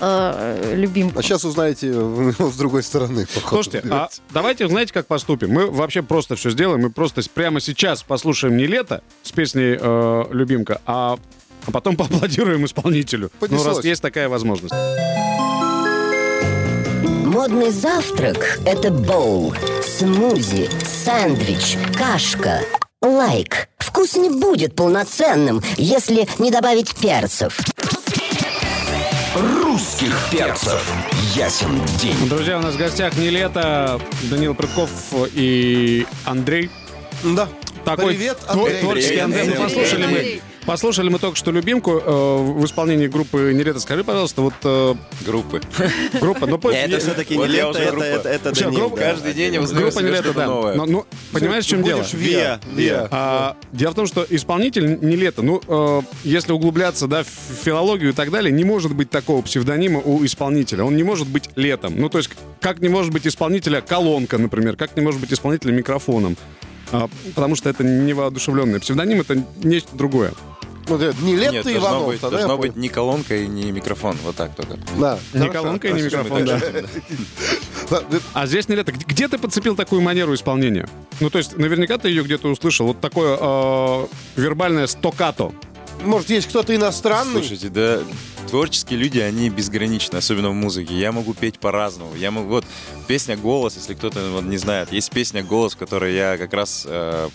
Speaker 4: э, любимку.
Speaker 2: А сейчас узнаете э, с другой стороны. походу.
Speaker 3: Слушайте, а давайте, знаете, как поступим? Мы вообще просто все сделаем. Мы просто с- прямо сейчас послушаем не лето с песней э, Любимка, а а потом поаплодируем исполнителю. Ну, раз
Speaker 2: Понеслось.
Speaker 3: есть такая возможность.
Speaker 6: Модный завтрак – это боул, смузи, сэндвич, кашка, лайк. Вкус не будет полноценным, если не добавить перцев.
Speaker 1: Русских перцев. Ясен день.
Speaker 3: Друзья, у нас в гостях не лето Данил Прытков и Андрей.
Speaker 2: Да.
Speaker 3: Такой
Speaker 2: Привет,
Speaker 3: твор-
Speaker 2: Андрей.
Speaker 3: творческий
Speaker 7: Привет,
Speaker 3: Андрей. Мы
Speaker 7: Андрей.
Speaker 3: послушали
Speaker 4: Андрей.
Speaker 3: мы. Послушали мы только что любимку э, в исполнении группы Нелета. Скажи, пожалуйста, вот э,
Speaker 7: Группы.
Speaker 3: группа, ну пой-
Speaker 9: Это все-таки не
Speaker 7: Вот я
Speaker 9: лето,
Speaker 7: уже
Speaker 8: а
Speaker 9: это,
Speaker 7: группа.
Speaker 9: это, это
Speaker 3: Всё,
Speaker 9: Данил,
Speaker 3: группа
Speaker 9: да.
Speaker 7: Каждый день я возглавляю
Speaker 3: группа не лето,
Speaker 7: что-то
Speaker 3: да.
Speaker 7: новое.
Speaker 3: Но- ну, понимаешь, в чем дело?
Speaker 2: Будешь Виа. Виа.
Speaker 3: А, дело в том, что исполнитель не лето. Ну, э, если углубляться, да, в филологию и так далее, не может быть такого псевдонима у исполнителя. Он не может быть летом. Ну, то есть, как не может быть исполнителя колонка, например, как не может быть исполнителя микрофоном. А, потому что это невоодушевленное. Псевдоним это нечто другое.
Speaker 2: Ну, да, не лето
Speaker 7: Нет,
Speaker 2: и
Speaker 7: должно
Speaker 2: Иванов,
Speaker 7: быть,
Speaker 2: тогда я
Speaker 7: должно
Speaker 2: понял.
Speaker 7: быть не колонка и не микрофон. Вот так только.
Speaker 2: Да.
Speaker 3: ни колонка и не
Speaker 7: Хорошо,
Speaker 3: микрофон,
Speaker 7: мы
Speaker 3: да.
Speaker 7: так же.
Speaker 2: Да, э, да,
Speaker 3: А здесь не лето. Где, где ты подцепил такую манеру исполнения? Ну, то есть, наверняка ты ее где-то услышал. Вот такое э, вербальное стокато.
Speaker 2: Может, есть кто-то иностранный?
Speaker 7: Слушайте, да, творческие люди, они безграничны, особенно в музыке. Я могу петь по-разному. Я могу, вот песня "Голос", если кто-то ну, вот, не знает, есть песня "Голос", в которой я как раз э,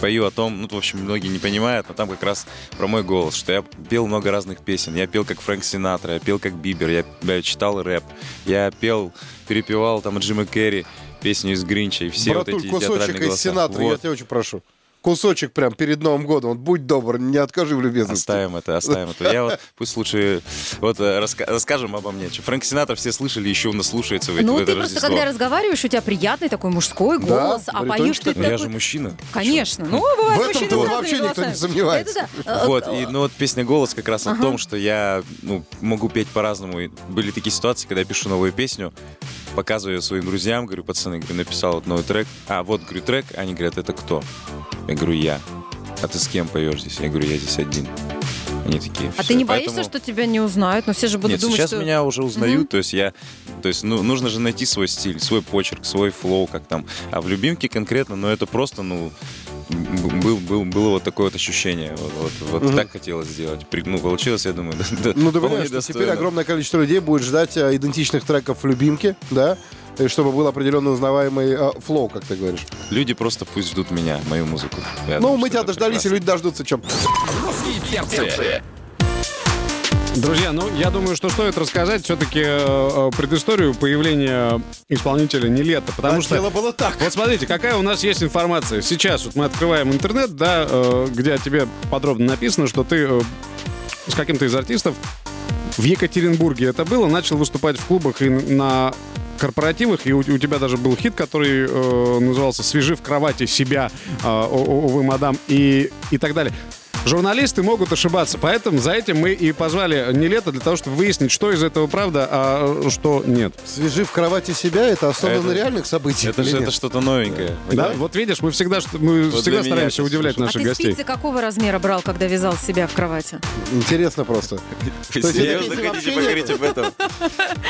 Speaker 7: пою о том, ну, в общем, многие не понимают, но там как раз про мой голос, что я пел много разных песен. Я пел как Фрэнк Синатра, я пел как Бибер, я, я читал рэп, я пел, перепевал там Джима Керри песню из Гринча и все
Speaker 2: Братуль,
Speaker 7: вот эти
Speaker 2: кусочек
Speaker 7: театральные
Speaker 2: из
Speaker 7: голоса.
Speaker 2: Сенатора, я
Speaker 7: Вот.
Speaker 2: тебя очень прошу. Кусочек прям перед Новым годом. Вот будь добр, не откажи в любезности.
Speaker 7: Оставим это, оставим это. Я вот, пусть лучше вот э, раска- расскажем обо мне. Чё, Фрэнк Сенатор все слышали, еще он слушается в, эти- в
Speaker 4: Ну,
Speaker 7: это
Speaker 4: ты просто,
Speaker 7: Рождество.
Speaker 4: когда разговариваешь, у тебя приятный такой мужской
Speaker 2: Да,
Speaker 4: голос, а
Speaker 2: баритон,
Speaker 4: поешь
Speaker 2: что
Speaker 4: ты
Speaker 7: Ну, я
Speaker 4: такой
Speaker 7: же мужчина.
Speaker 4: Конечно. Ну, бывает,
Speaker 2: В этом-то вот
Speaker 4: мужчины с разными
Speaker 2: вообще никто
Speaker 4: голосами.
Speaker 2: не сомневается.
Speaker 4: Это да. Э,
Speaker 7: Вот,
Speaker 4: э,
Speaker 7: и ну вот песня «Голос» как раз о том, что я ну, могу петь по-разному. И были такие ситуации, когда я пишу новую песню, показываю ее своим друзьям, говорю, пацаны, говорю, написал вот новый трек. А, вот, говорю, трек. Они говорят, это кто? Я говорю, я. А ты с кем поешь здесь? Я говорю, я здесь один. Они такие,
Speaker 4: А
Speaker 7: «Всё».
Speaker 4: ты не боишься,
Speaker 7: Поэтому-
Speaker 4: что тебя не узнают? Но все же будут
Speaker 7: Нет,
Speaker 4: думать,
Speaker 7: сейчас
Speaker 4: что...
Speaker 7: меня уже узнают, то есть я, то есть ну, нужно же найти свой стиль, свой почерк, свой флоу, как там. А в любимке конкретно, ну это просто, ну м, был, был, было вот такое вот ощущение, вот, вот, вот так хотелось сделать. При- Ну получилось, я думаю, да, да,
Speaker 2: Ну, да,
Speaker 7: вполне
Speaker 2: понимаешь, что теперь
Speaker 7: достойно.
Speaker 2: огромное количество людей будет ждать э, идентичных треков в любимке, да? И чтобы был определенно узнаваемый э, флоу, как ты говоришь.
Speaker 7: Люди просто пусть ждут меня, мою музыку. Я
Speaker 2: ну,
Speaker 7: думаю,
Speaker 2: мы
Speaker 7: что
Speaker 2: тебя
Speaker 7: это
Speaker 2: дождались, и
Speaker 7: прекрасно.
Speaker 2: люди дождутся, чем.
Speaker 3: Друзья, ну я думаю, что стоит рассказать все-таки предысторию появления исполнителя не лето, потому что
Speaker 2: Дело было так.
Speaker 3: вот смотрите, какая у нас есть информация. Сейчас вот мы открываем интернет, да, э, где о тебе подробно написано, что ты э, с каким-то из артистов в Екатеринбурге это было, начал выступать в клубах и на корпоративах, и у, у тебя даже был хит, который э, назывался «Свежи в кровати себя, э, о- о- увы, мадам», и, и так далее. Журналисты могут ошибаться, поэтому за этим мы и позвали не лето для того, чтобы выяснить, что из этого правда, а что нет.
Speaker 2: Свежи в кровати себя, это основано
Speaker 7: Это-
Speaker 2: на реальных событиях
Speaker 7: Это,
Speaker 2: или
Speaker 7: же-
Speaker 2: нет?
Speaker 7: это что-то новенькое.
Speaker 3: Да, вот видишь, мы всегда, что- мы
Speaker 7: Вот для
Speaker 3: всегда
Speaker 7: меня
Speaker 3: стараемся
Speaker 7: это
Speaker 3: удивлять
Speaker 7: слушай.
Speaker 4: а ты
Speaker 3: наших гостей.
Speaker 4: спицы какого размера брал, когда вязал себя в кровати?
Speaker 2: Интересно просто.
Speaker 7: Серьезно
Speaker 2: это-
Speaker 7: хотите поговорить об этом?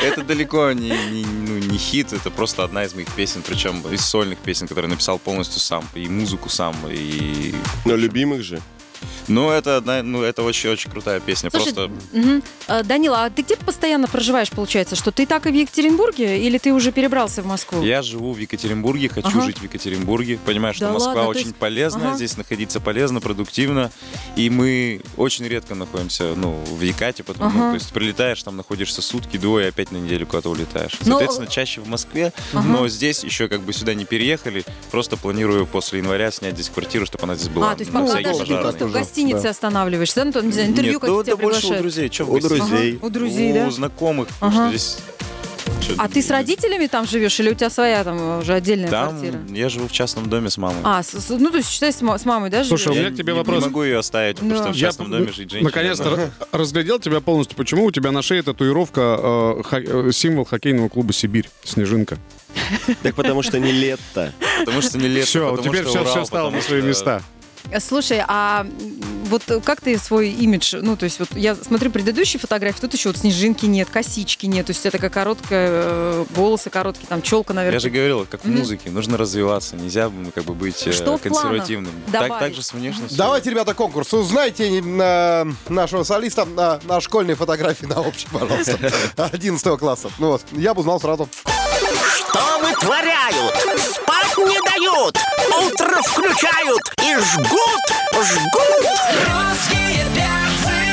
Speaker 7: Это далеко не, не- ну, не хит, это просто одна из моих песен, причем из сольных песен, которые написал полностью сам, и музыку сам, и...
Speaker 9: Но любимых же.
Speaker 7: Ну, это одна, ну, это очень-очень крутая песня,
Speaker 4: Слушай,
Speaker 7: просто...
Speaker 4: Мгм. Э, Данила, а ты где постоянно проживаешь, получается? Что ты так и в Екатеринбурге, или ты уже перебрался в Москву?
Speaker 7: Я живу в Екатеринбурге, хочу
Speaker 4: Ага.
Speaker 7: жить в Екатеринбурге. Понимаю, что
Speaker 4: Да
Speaker 7: Москва
Speaker 4: ладно, то
Speaker 7: очень
Speaker 4: есть-
Speaker 7: полезна,
Speaker 4: ага.
Speaker 7: здесь находиться полезно, продуктивно. И мы очень редко находимся ну, в Якате, потому
Speaker 4: Ага.
Speaker 7: то есть прилетаешь, там находишься сутки, двое, опять на неделю куда-то улетаешь.
Speaker 4: Но-
Speaker 7: Соответственно, чаще в Москве, но здесь еще как бы сюда не переехали. Просто планирую после января снять здесь квартиру, чтобы она здесь была.
Speaker 4: а, то есть
Speaker 7: на
Speaker 4: пока
Speaker 7: всякий
Speaker 4: даже ты
Speaker 7: пожарный.
Speaker 4: просто в гостинице останавливаешься, да, ну, то, не знаю, интервью
Speaker 7: Нет,
Speaker 4: какие
Speaker 7: да-
Speaker 4: тебя
Speaker 7: да больше у
Speaker 4: приглашают.
Speaker 7: друзей, чем в
Speaker 9: У
Speaker 7: гостинице.
Speaker 9: друзей.
Speaker 4: Ага, у друзей, да?
Speaker 7: У знакомых, потому что
Speaker 4: Ага.
Speaker 7: здесь...
Speaker 4: А ты с родителями там живешь, или у тебя своя там уже отдельная квартира?
Speaker 7: Там я живу в частном доме с мамой.
Speaker 4: А, с- с- ну то есть считай с, ма- с мамой, да,
Speaker 3: Слушай, у
Speaker 4: живешь?
Speaker 3: меня к тебе
Speaker 7: не-
Speaker 3: вопрос.
Speaker 7: Не могу ее оставить, потому
Speaker 4: Да.
Speaker 7: что в
Speaker 3: Я
Speaker 7: частном доме жить женщина.
Speaker 3: Наконец-то ра- разглядел тебя полностью. Почему у тебя на шее татуировка э, хо- э, символ хоккейного клуба Сибирь, снежинка?
Speaker 9: Так потому что не лето.
Speaker 7: Потому что не лето.
Speaker 3: все,
Speaker 7: потому
Speaker 3: теперь все,
Speaker 7: что Урал,
Speaker 3: стало на
Speaker 7: потому
Speaker 3: свои
Speaker 7: что-
Speaker 3: места.
Speaker 4: Э, Слушай, а м, вот э, как ты свой имидж, ну то есть вот я смотрю предыдущие фотографии, тут еще вот снежинки нет, косички нет, то есть это такая короткая, э, волосы короткие, там челка, наверное.
Speaker 7: Я же говорил, как в
Speaker 4: Мгм.
Speaker 7: музыке, нужно развиваться, нельзя ну, как бы быть э,
Speaker 4: Что в планах?
Speaker 7: консервативным. Так,
Speaker 4: Добавить.
Speaker 7: так же с внешностью.
Speaker 2: Давайте, ребята, конкурс. Узнайте э, нашего солиста на, на школьной фотографии на общей, пожалуйста. 11 класса. Ну вот, я бы узнал сразу.
Speaker 1: Что вытворяют? Спать не дают. Утро включают и жгут, жгут. Русские перцы.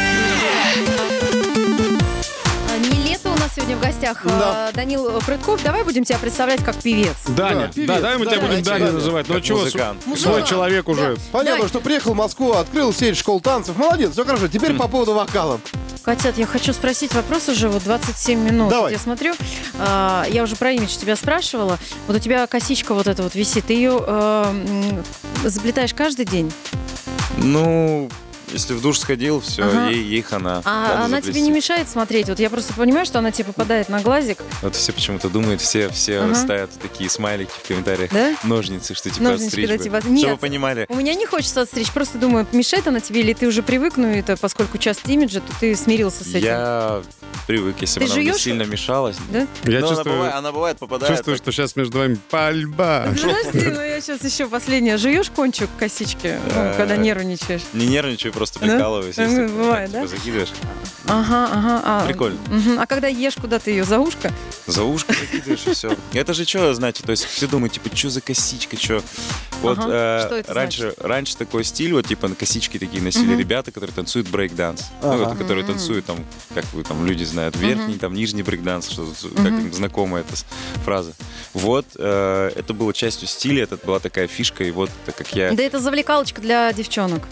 Speaker 4: А, Не лето у нас сегодня в гостях.
Speaker 2: Да.
Speaker 4: А, Данил Прытков, давай будем тебя представлять как певец.
Speaker 3: Даня, да,
Speaker 2: певец,
Speaker 3: давай мы тебя будем
Speaker 2: давайте,
Speaker 3: Даня
Speaker 2: Даня.
Speaker 3: называть. Ну
Speaker 7: Как
Speaker 3: чего,
Speaker 7: музыкант.
Speaker 3: с- свой
Speaker 4: Да.
Speaker 3: человек уже.
Speaker 2: Понятно,
Speaker 4: Давай.
Speaker 2: что приехал в Москву, открыл сеть школ танцев. Молодец, все хорошо. Теперь по поводу вокала.
Speaker 4: Котят, я хочу спросить вопрос уже вот 27 минут.
Speaker 2: Давай.
Speaker 4: Я смотрю, а, я уже про имидж тебя спрашивала. Вот у тебя косичка вот эта вот висит, ты ее э, м, заплетаешь каждый день,
Speaker 7: Ну, если в душ сходил, все,
Speaker 4: Ага.
Speaker 7: ей, ей хана.
Speaker 4: а
Speaker 7: Надо
Speaker 4: она
Speaker 7: заплести.
Speaker 4: тебе не мешает смотреть. Вот я просто понимаю, что она тебе попадает на глазик,
Speaker 7: Вот все почему-то думают, все, все
Speaker 4: Ага.
Speaker 7: ставят такие смайлики в комментариях.
Speaker 4: да?
Speaker 7: Ножницы, что типа
Speaker 4: Ножнички,
Speaker 7: отстричь
Speaker 4: да,
Speaker 7: бы.
Speaker 4: типа-
Speaker 7: Чтобы вы
Speaker 4: Нет.
Speaker 7: понимали,
Speaker 4: У меня не хочется отстричь, просто думаю, мешает она тебе, или ты уже привык, ну это поскольку часть имиджа, то ты смирился с этим.
Speaker 7: я привык, если бы
Speaker 4: Ты
Speaker 7: она мне
Speaker 4: жуёшь?
Speaker 7: сильно мешалась.
Speaker 4: Да?
Speaker 3: Я
Speaker 7: Но Ну, она
Speaker 3: чувствую,
Speaker 7: бывает, она бывает, попадает.
Speaker 3: чувствую, что сейчас между вами пальба.
Speaker 4: Подожди, ну я сейчас еще последнее. Жуешь кончик косички, ну,
Speaker 7: Э.
Speaker 4: когда нервничаешь?
Speaker 7: Не нервничаю, просто
Speaker 4: Да?
Speaker 7: прикалываюсь.
Speaker 4: Ну,
Speaker 7: если
Speaker 4: бывает,
Speaker 7: типа,
Speaker 4: да?
Speaker 7: закидываешь.
Speaker 4: Ага, ага. А,
Speaker 7: Прикольно.
Speaker 4: мгм. А когда ешь, куда ты ее за ушко?
Speaker 7: За ушко закидываешь и все. Это же что значит? То есть все думают, типа, что за косичка, что? Вот
Speaker 4: Ага.
Speaker 7: э,
Speaker 4: Что это
Speaker 7: раньше, раньше такой стиль, вот типа на косички такие носили
Speaker 4: Мгм.
Speaker 7: ребята, которые танцуют брейк-данс. Ну, вот, которые танцуют там, как вы там люди знают, верхний, там нижний брейк-данс, что как им знакома эта с- фраза. Вот, э, это было частью стиля, это была такая фишка, и вот так как я...
Speaker 4: Да это завлекалочка для девчонок.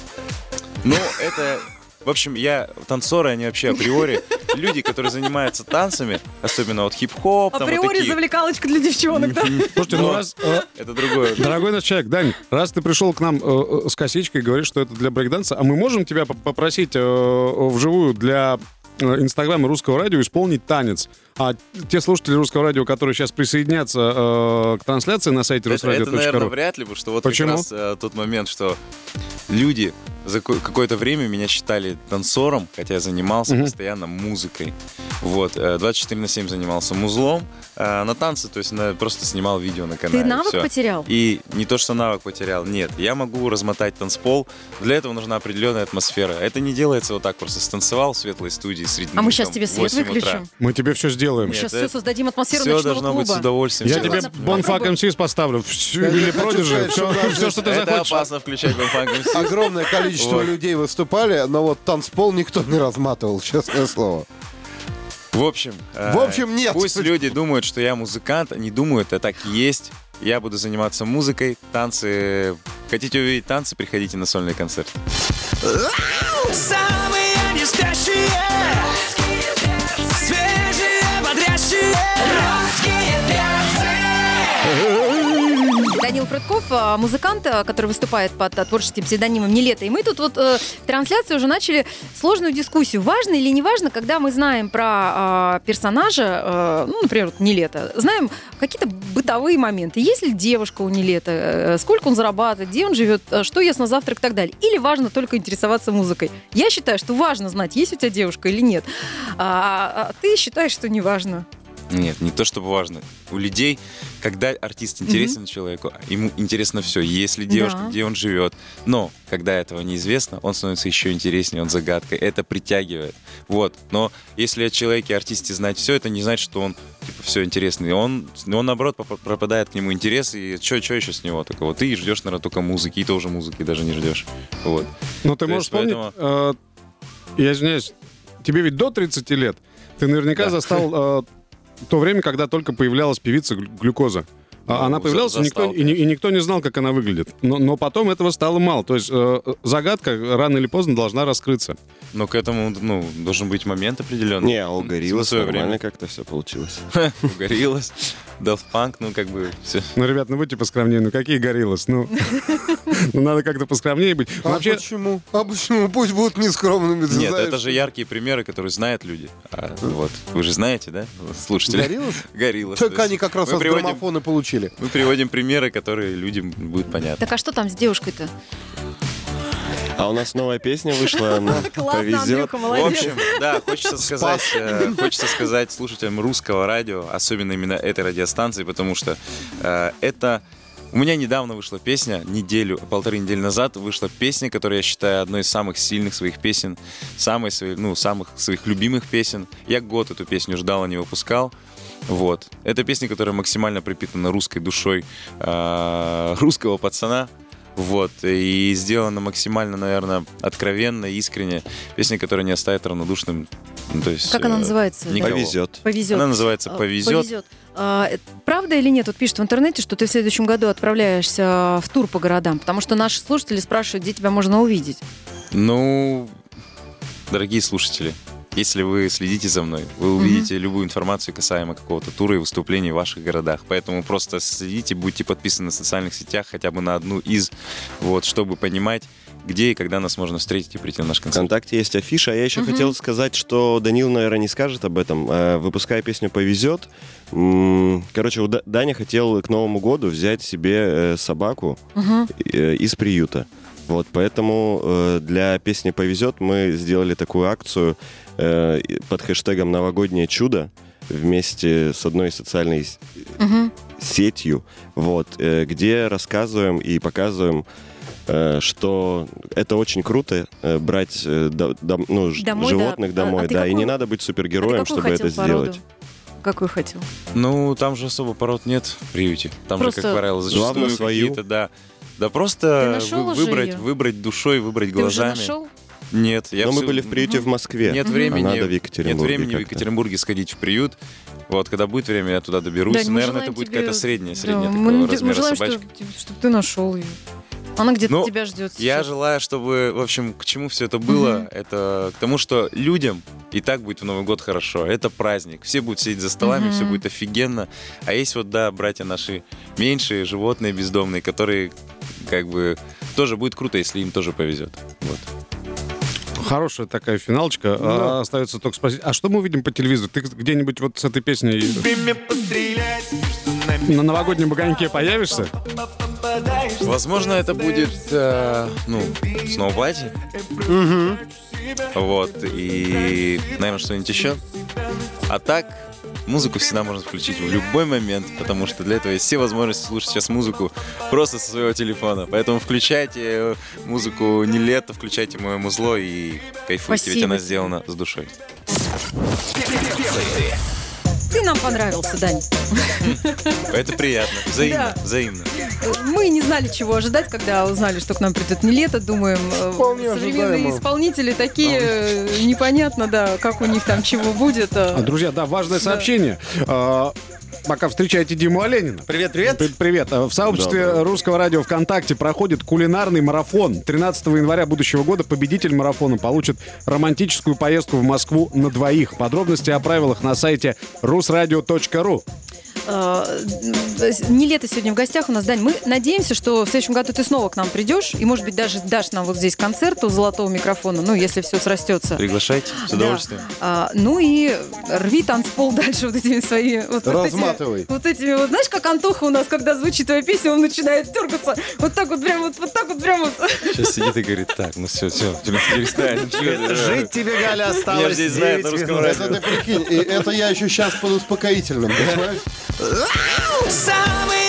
Speaker 7: Ну, это... В общем, я танцоры, они вообще априори люди, которые занимаются танцами, особенно вот хип-хоп, там вот
Speaker 4: Априори
Speaker 7: такие.
Speaker 4: завлекалочка для девчонок, да?
Speaker 3: Слушайте, ну
Speaker 7: Но
Speaker 3: раз, э,
Speaker 7: Это другое.
Speaker 3: дорогой наш человек, Дань, раз ты пришел к нам э, э, с косичкой и говоришь, что это для брейкданса, а мы можем тебя поп- попросить э, вживую для э, Инстаграма Русского радио исполнить танец. А те слушатели Русского радио, которые сейчас присоединятся э, к трансляции на сайте
Speaker 7: Это, это, наверное,
Speaker 3: русрадио.ру,
Speaker 7: вряд ли, потому что вот
Speaker 3: Почему?
Speaker 7: как раз э, тот момент, что люди за ко- какое-то время меня считали танцором, хотя я занимался
Speaker 3: Мгм.
Speaker 7: постоянно музыкой. Вот, э, 24 на 7 занимался музлом, а на танцы, то есть на- просто снимал видео на канале.
Speaker 4: Ты навык
Speaker 7: всё.
Speaker 4: потерял?
Speaker 7: И не то, что навык потерял, нет, я могу размотать танцпол, для этого нужна определенная атмосфера. Это не делается вот так, просто станцевал в светлой студии среди
Speaker 4: А
Speaker 7: ну,
Speaker 4: мы сейчас
Speaker 7: там,
Speaker 4: тебе свет
Speaker 7: 8 утра.
Speaker 4: выключим.
Speaker 3: мы тебе все сделаем.
Speaker 4: Мы сейчас
Speaker 7: это-
Speaker 4: все создадим атмосферу
Speaker 7: Все
Speaker 4: ночного
Speaker 7: должно быть с
Speaker 4: клуба.
Speaker 7: удовольствием.
Speaker 3: Я
Speaker 7: Всё
Speaker 3: тебе
Speaker 4: ладно,
Speaker 3: Bonfunk
Speaker 4: попробуем.
Speaker 3: MC поставлю. Всё, Или Prodigy. Все, что ты
Speaker 7: это
Speaker 3: захочешь.
Speaker 7: опасно включать бампанг.
Speaker 2: Огромное количество
Speaker 7: Ой.
Speaker 2: людей выступали, но вот танцпол никто не разматывал, честное слово.
Speaker 7: В общем, э,
Speaker 2: В общем, нет.
Speaker 7: Пусть люди думают, что я музыкант, они думают, а так и есть. Я буду заниматься музыкой, танцы. Хотите увидеть танцы, приходите на сольный концерт.
Speaker 1: Самые они спящие.
Speaker 4: Данил Прытков, а, музыкант, а, который выступает под а, творческим псевдонимом «Нелето». И мы тут вот э, в трансляции уже начали сложную дискуссию. Важно или не важно, когда мы знаем про а, персонажа, э, ну, например, вот «Нелето», знаем какие-то бытовые моменты. Есть ли девушка у «Нелето», э, сколько он зарабатывает, где он живет, э, что ест на завтрак и так далее. Или важно только интересоваться музыкой. Я считаю, что важно знать, есть у тебя девушка или нет. А, а ты считаешь, что не важно.
Speaker 7: Нет, не то чтобы важно. У людей, когда артист интересен человеку, ему интересно все. Если девушка,
Speaker 4: Да.
Speaker 7: где он живет. Но когда этого неизвестно, он становится еще интереснее, он загадкой. Это притягивает. Вот. Но если о человеке, артисте знать все, это не значит, что он типа все интересный. Он, ну, он наоборот, поп- пропадает к нему интерес. И что еще с него такого? Ты ждешь, наверное, только музыки, и тоже музыки даже не ждешь. Вот.
Speaker 3: Ну, ты
Speaker 7: То
Speaker 3: можешь
Speaker 7: есть
Speaker 3: вспомнить... э, Я извиняюсь, тебе ведь до 30 лет. Ты наверняка
Speaker 7: Да.
Speaker 3: застал э, то время, когда только появлялась певица глю- глюкоза. А
Speaker 7: Ну,
Speaker 3: Она
Speaker 7: за-
Speaker 3: появлялась, и
Speaker 7: застал,
Speaker 3: никто, и, ни- и никто не знал, как она выглядит. Но, но потом этого стало мало. То есть э, загадка рано или поздно должна раскрыться.
Speaker 7: Но к этому, ну, должен быть момент определенный.
Speaker 9: Не, а у
Speaker 7: На
Speaker 9: Гориллас
Speaker 7: свое время.
Speaker 9: нормально как-то все получилось.
Speaker 7: Гориллас, Daft Punk, ну, как бы все.
Speaker 3: Ну, ребят, ну будьте поскромнее. Ну, какие гориллас? Ну, ну, надо как-то поскромнее быть.
Speaker 2: А
Speaker 3: Ну, Вообще,
Speaker 2: почему? А почему? Пусть будут нескромными. ты Ну,
Speaker 7: Нет,
Speaker 2: знаешь. э,
Speaker 7: это же яркие примеры, которые знают люди. А, вот, вы же знаете, да, слушатели?
Speaker 2: Гориллас?
Speaker 7: Гориллас.
Speaker 2: Так
Speaker 7: то
Speaker 2: они
Speaker 7: есть
Speaker 2: как раз
Speaker 7: мы
Speaker 2: от
Speaker 7: приводим,
Speaker 2: граммофона получили.
Speaker 7: мы приводим примеры, которые людям будет понятно.
Speaker 4: Так а что там с девушкой-то?
Speaker 9: А у нас новая песня вышла, она
Speaker 4: Классно,
Speaker 9: повезет.
Speaker 4: Андрюха,
Speaker 7: В
Speaker 4: молодец.
Speaker 7: общем, да, хочется сказать, э, хочется сказать слушателям русского радио, особенно именно этой радиостанции, потому что э, это у меня недавно вышла песня, неделю, полторы недели назад вышла песня, которая я считаю одной из самых сильных своих песен, самой своей, ну, самых своих любимых песен. Я год эту песню ждал, а не выпускал. Вот. Это песня, которая максимально припитана русской душой э, русского пацана. Вот. И сделана максимально, наверное, откровенно, искренне. Песня, которая не оставит равнодушным. Ну, то есть,
Speaker 4: Как она
Speaker 7: э,
Speaker 4: называется?
Speaker 7: никого.
Speaker 9: Повезет.
Speaker 4: Повезет.
Speaker 7: Она называется
Speaker 4: А,
Speaker 7: «Повезет».
Speaker 4: А, э, правда или нет? Вот пишут в интернете, что ты в следующем году отправляешься в тур по городам, потому что наши слушатели спрашивают, где тебя можно увидеть.
Speaker 7: Ну, дорогие слушатели, если вы следите за мной, вы увидите любую информацию касаемо какого-то тура и выступлений в ваших городах. Поэтому просто следите, будьте подписаны в социальных сетях хотя бы на одну из, вот, чтобы понимать, где и когда нас можно встретить и прийти на наш концерт.
Speaker 9: ВКонтакте есть афиша. А я еще хотел сказать, что Данил, наверное, не скажет об этом. Э, Выпуская песню «Повезет», м, короче, у Да- Даня хотел к Новому году взять себе э, собаку э, из приюта. Вот, поэтому э, для песни «Повезет» мы сделали такую акцию э, и- под хэштегом «Новогоднее чудо» вместе с одной социальной с- сетью, вот, э, где рассказываем и показываем, э, что это очень круто э, брать э, до- дом- ну, ж-
Speaker 4: Домой, да.
Speaker 9: животных
Speaker 4: А-
Speaker 9: домой,
Speaker 4: а ты
Speaker 9: да, и не
Speaker 4: какую-
Speaker 9: надо быть
Speaker 4: А ты
Speaker 9: супергероем,
Speaker 4: какую
Speaker 9: чтобы это
Speaker 4: хотел породу?
Speaker 9: сделать.
Speaker 4: Какую хотел?
Speaker 7: Ну, там же особо пород нет в приюте. Там
Speaker 4: Просто-
Speaker 7: же, как правило, зачастую
Speaker 9: Главное, свою.
Speaker 7: какие-то, да. Да
Speaker 4: Ты
Speaker 7: просто
Speaker 4: нашел
Speaker 7: вы-
Speaker 4: уже
Speaker 7: выбрать,
Speaker 4: её?
Speaker 7: выбрать душой, выбрать
Speaker 4: Ты уже
Speaker 7: глазами.
Speaker 4: нашел?
Speaker 7: Нет, я
Speaker 9: Но мы
Speaker 7: всё-
Speaker 9: были в приюте в Москве.
Speaker 7: Нет времени,
Speaker 9: А надо в
Speaker 7: нет
Speaker 9: Екатеринбурге
Speaker 7: времени в
Speaker 9: как-то.
Speaker 7: Екатеринбурге сходить в приют. Вот, когда будет время, я туда доберусь.
Speaker 4: Дань, мы
Speaker 7: Наверное,
Speaker 4: желаем
Speaker 7: это будет
Speaker 4: тебе-
Speaker 7: какая-то средняя,
Speaker 4: Да,
Speaker 7: средняя
Speaker 4: мы,
Speaker 7: такого
Speaker 4: наде- мы
Speaker 7: размера
Speaker 4: желаем,
Speaker 7: собачка.
Speaker 4: чтобы ты нашел ее. Она где-то
Speaker 7: Ну,
Speaker 4: тебя ждет.
Speaker 7: Я
Speaker 4: сейчас.
Speaker 7: желаю, чтобы, в общем, к чему все это было, это к тому, что людям и так будет в Новый год хорошо. Это праздник. Все будут сидеть за столами, все будет офигенно. А есть вот, да, братья наши меньшие, животные бездомные, которые как бы тоже будет круто, если им тоже повезет. Вот.
Speaker 3: хорошая такая финалочка. А, Остается только спросить, а что мы увидим по телевизору? Ты где-нибудь вот с этой песней на новогоднем огоньке появишься?
Speaker 7: Возможно, это будет, э, ну, сноубати. Вот, и, наверное, что-нибудь еще. А так, музыку всегда можно включить в любой момент, потому что для этого есть все возможности слушать сейчас музыку просто со своего телефона. Поэтому включайте э, музыку не лето, включайте мое музло и кайфуйте, ведь
Speaker 4: Спасибо
Speaker 7: она
Speaker 4: тебе.
Speaker 7: сделана с душой.
Speaker 4: Ты нам понравился, Дань.
Speaker 7: Это приятно. Взаимно, взаимно.
Speaker 4: Мы не знали, чего ожидать, когда узнали, что к нам придет не лето. Думаем, э,
Speaker 2: Вполне
Speaker 4: современные
Speaker 2: ожидаемо.
Speaker 4: исполнители такие, э, непонятно, да, как у них там чего будет. э.
Speaker 3: А, Друзья, да, важное сообщение. А, Пока встречаете Диму Оленина.
Speaker 8: Привет, привет.
Speaker 3: Пр- Привет. А, В сообществе Русского радио ВКонтакте проходит кулинарный марафон. 13 января будущего года победитель марафона получит романтическую поездку в Москву на двоих. Подробности о правилах на сайте rusradio.ru.
Speaker 4: э, не лето сегодня в гостях у нас, Дань. Мы надеемся, что в следующем году ты снова к нам придешь и, может быть, даже дашь нам вот здесь концерт у золотого микрофона, ну, если все срастется.
Speaker 7: Приглашайте, с
Speaker 4: Да.
Speaker 7: удовольствием.
Speaker 4: А, ну и рви танцпол дальше вот этими своими... Вот, вот этими-
Speaker 2: Разматывай.
Speaker 4: Вот этими, вот знаешь, как Антоха у нас, когда звучит твоя песня, он начинает дергаться. Вот так вот прям вот, вот так вот прям вот.
Speaker 7: Сейчас сидит и говорит, так, ну все, все, перестань.
Speaker 8: Жить тебе, Галя,
Speaker 7: Я
Speaker 8: осталось
Speaker 7: же здесь знаю, на
Speaker 8: 9
Speaker 7: русском
Speaker 8: минут.
Speaker 2: Это
Speaker 7: радио.
Speaker 2: ты прикинь, и это я еще сейчас под успокоительным, понимаешь?
Speaker 1: Самый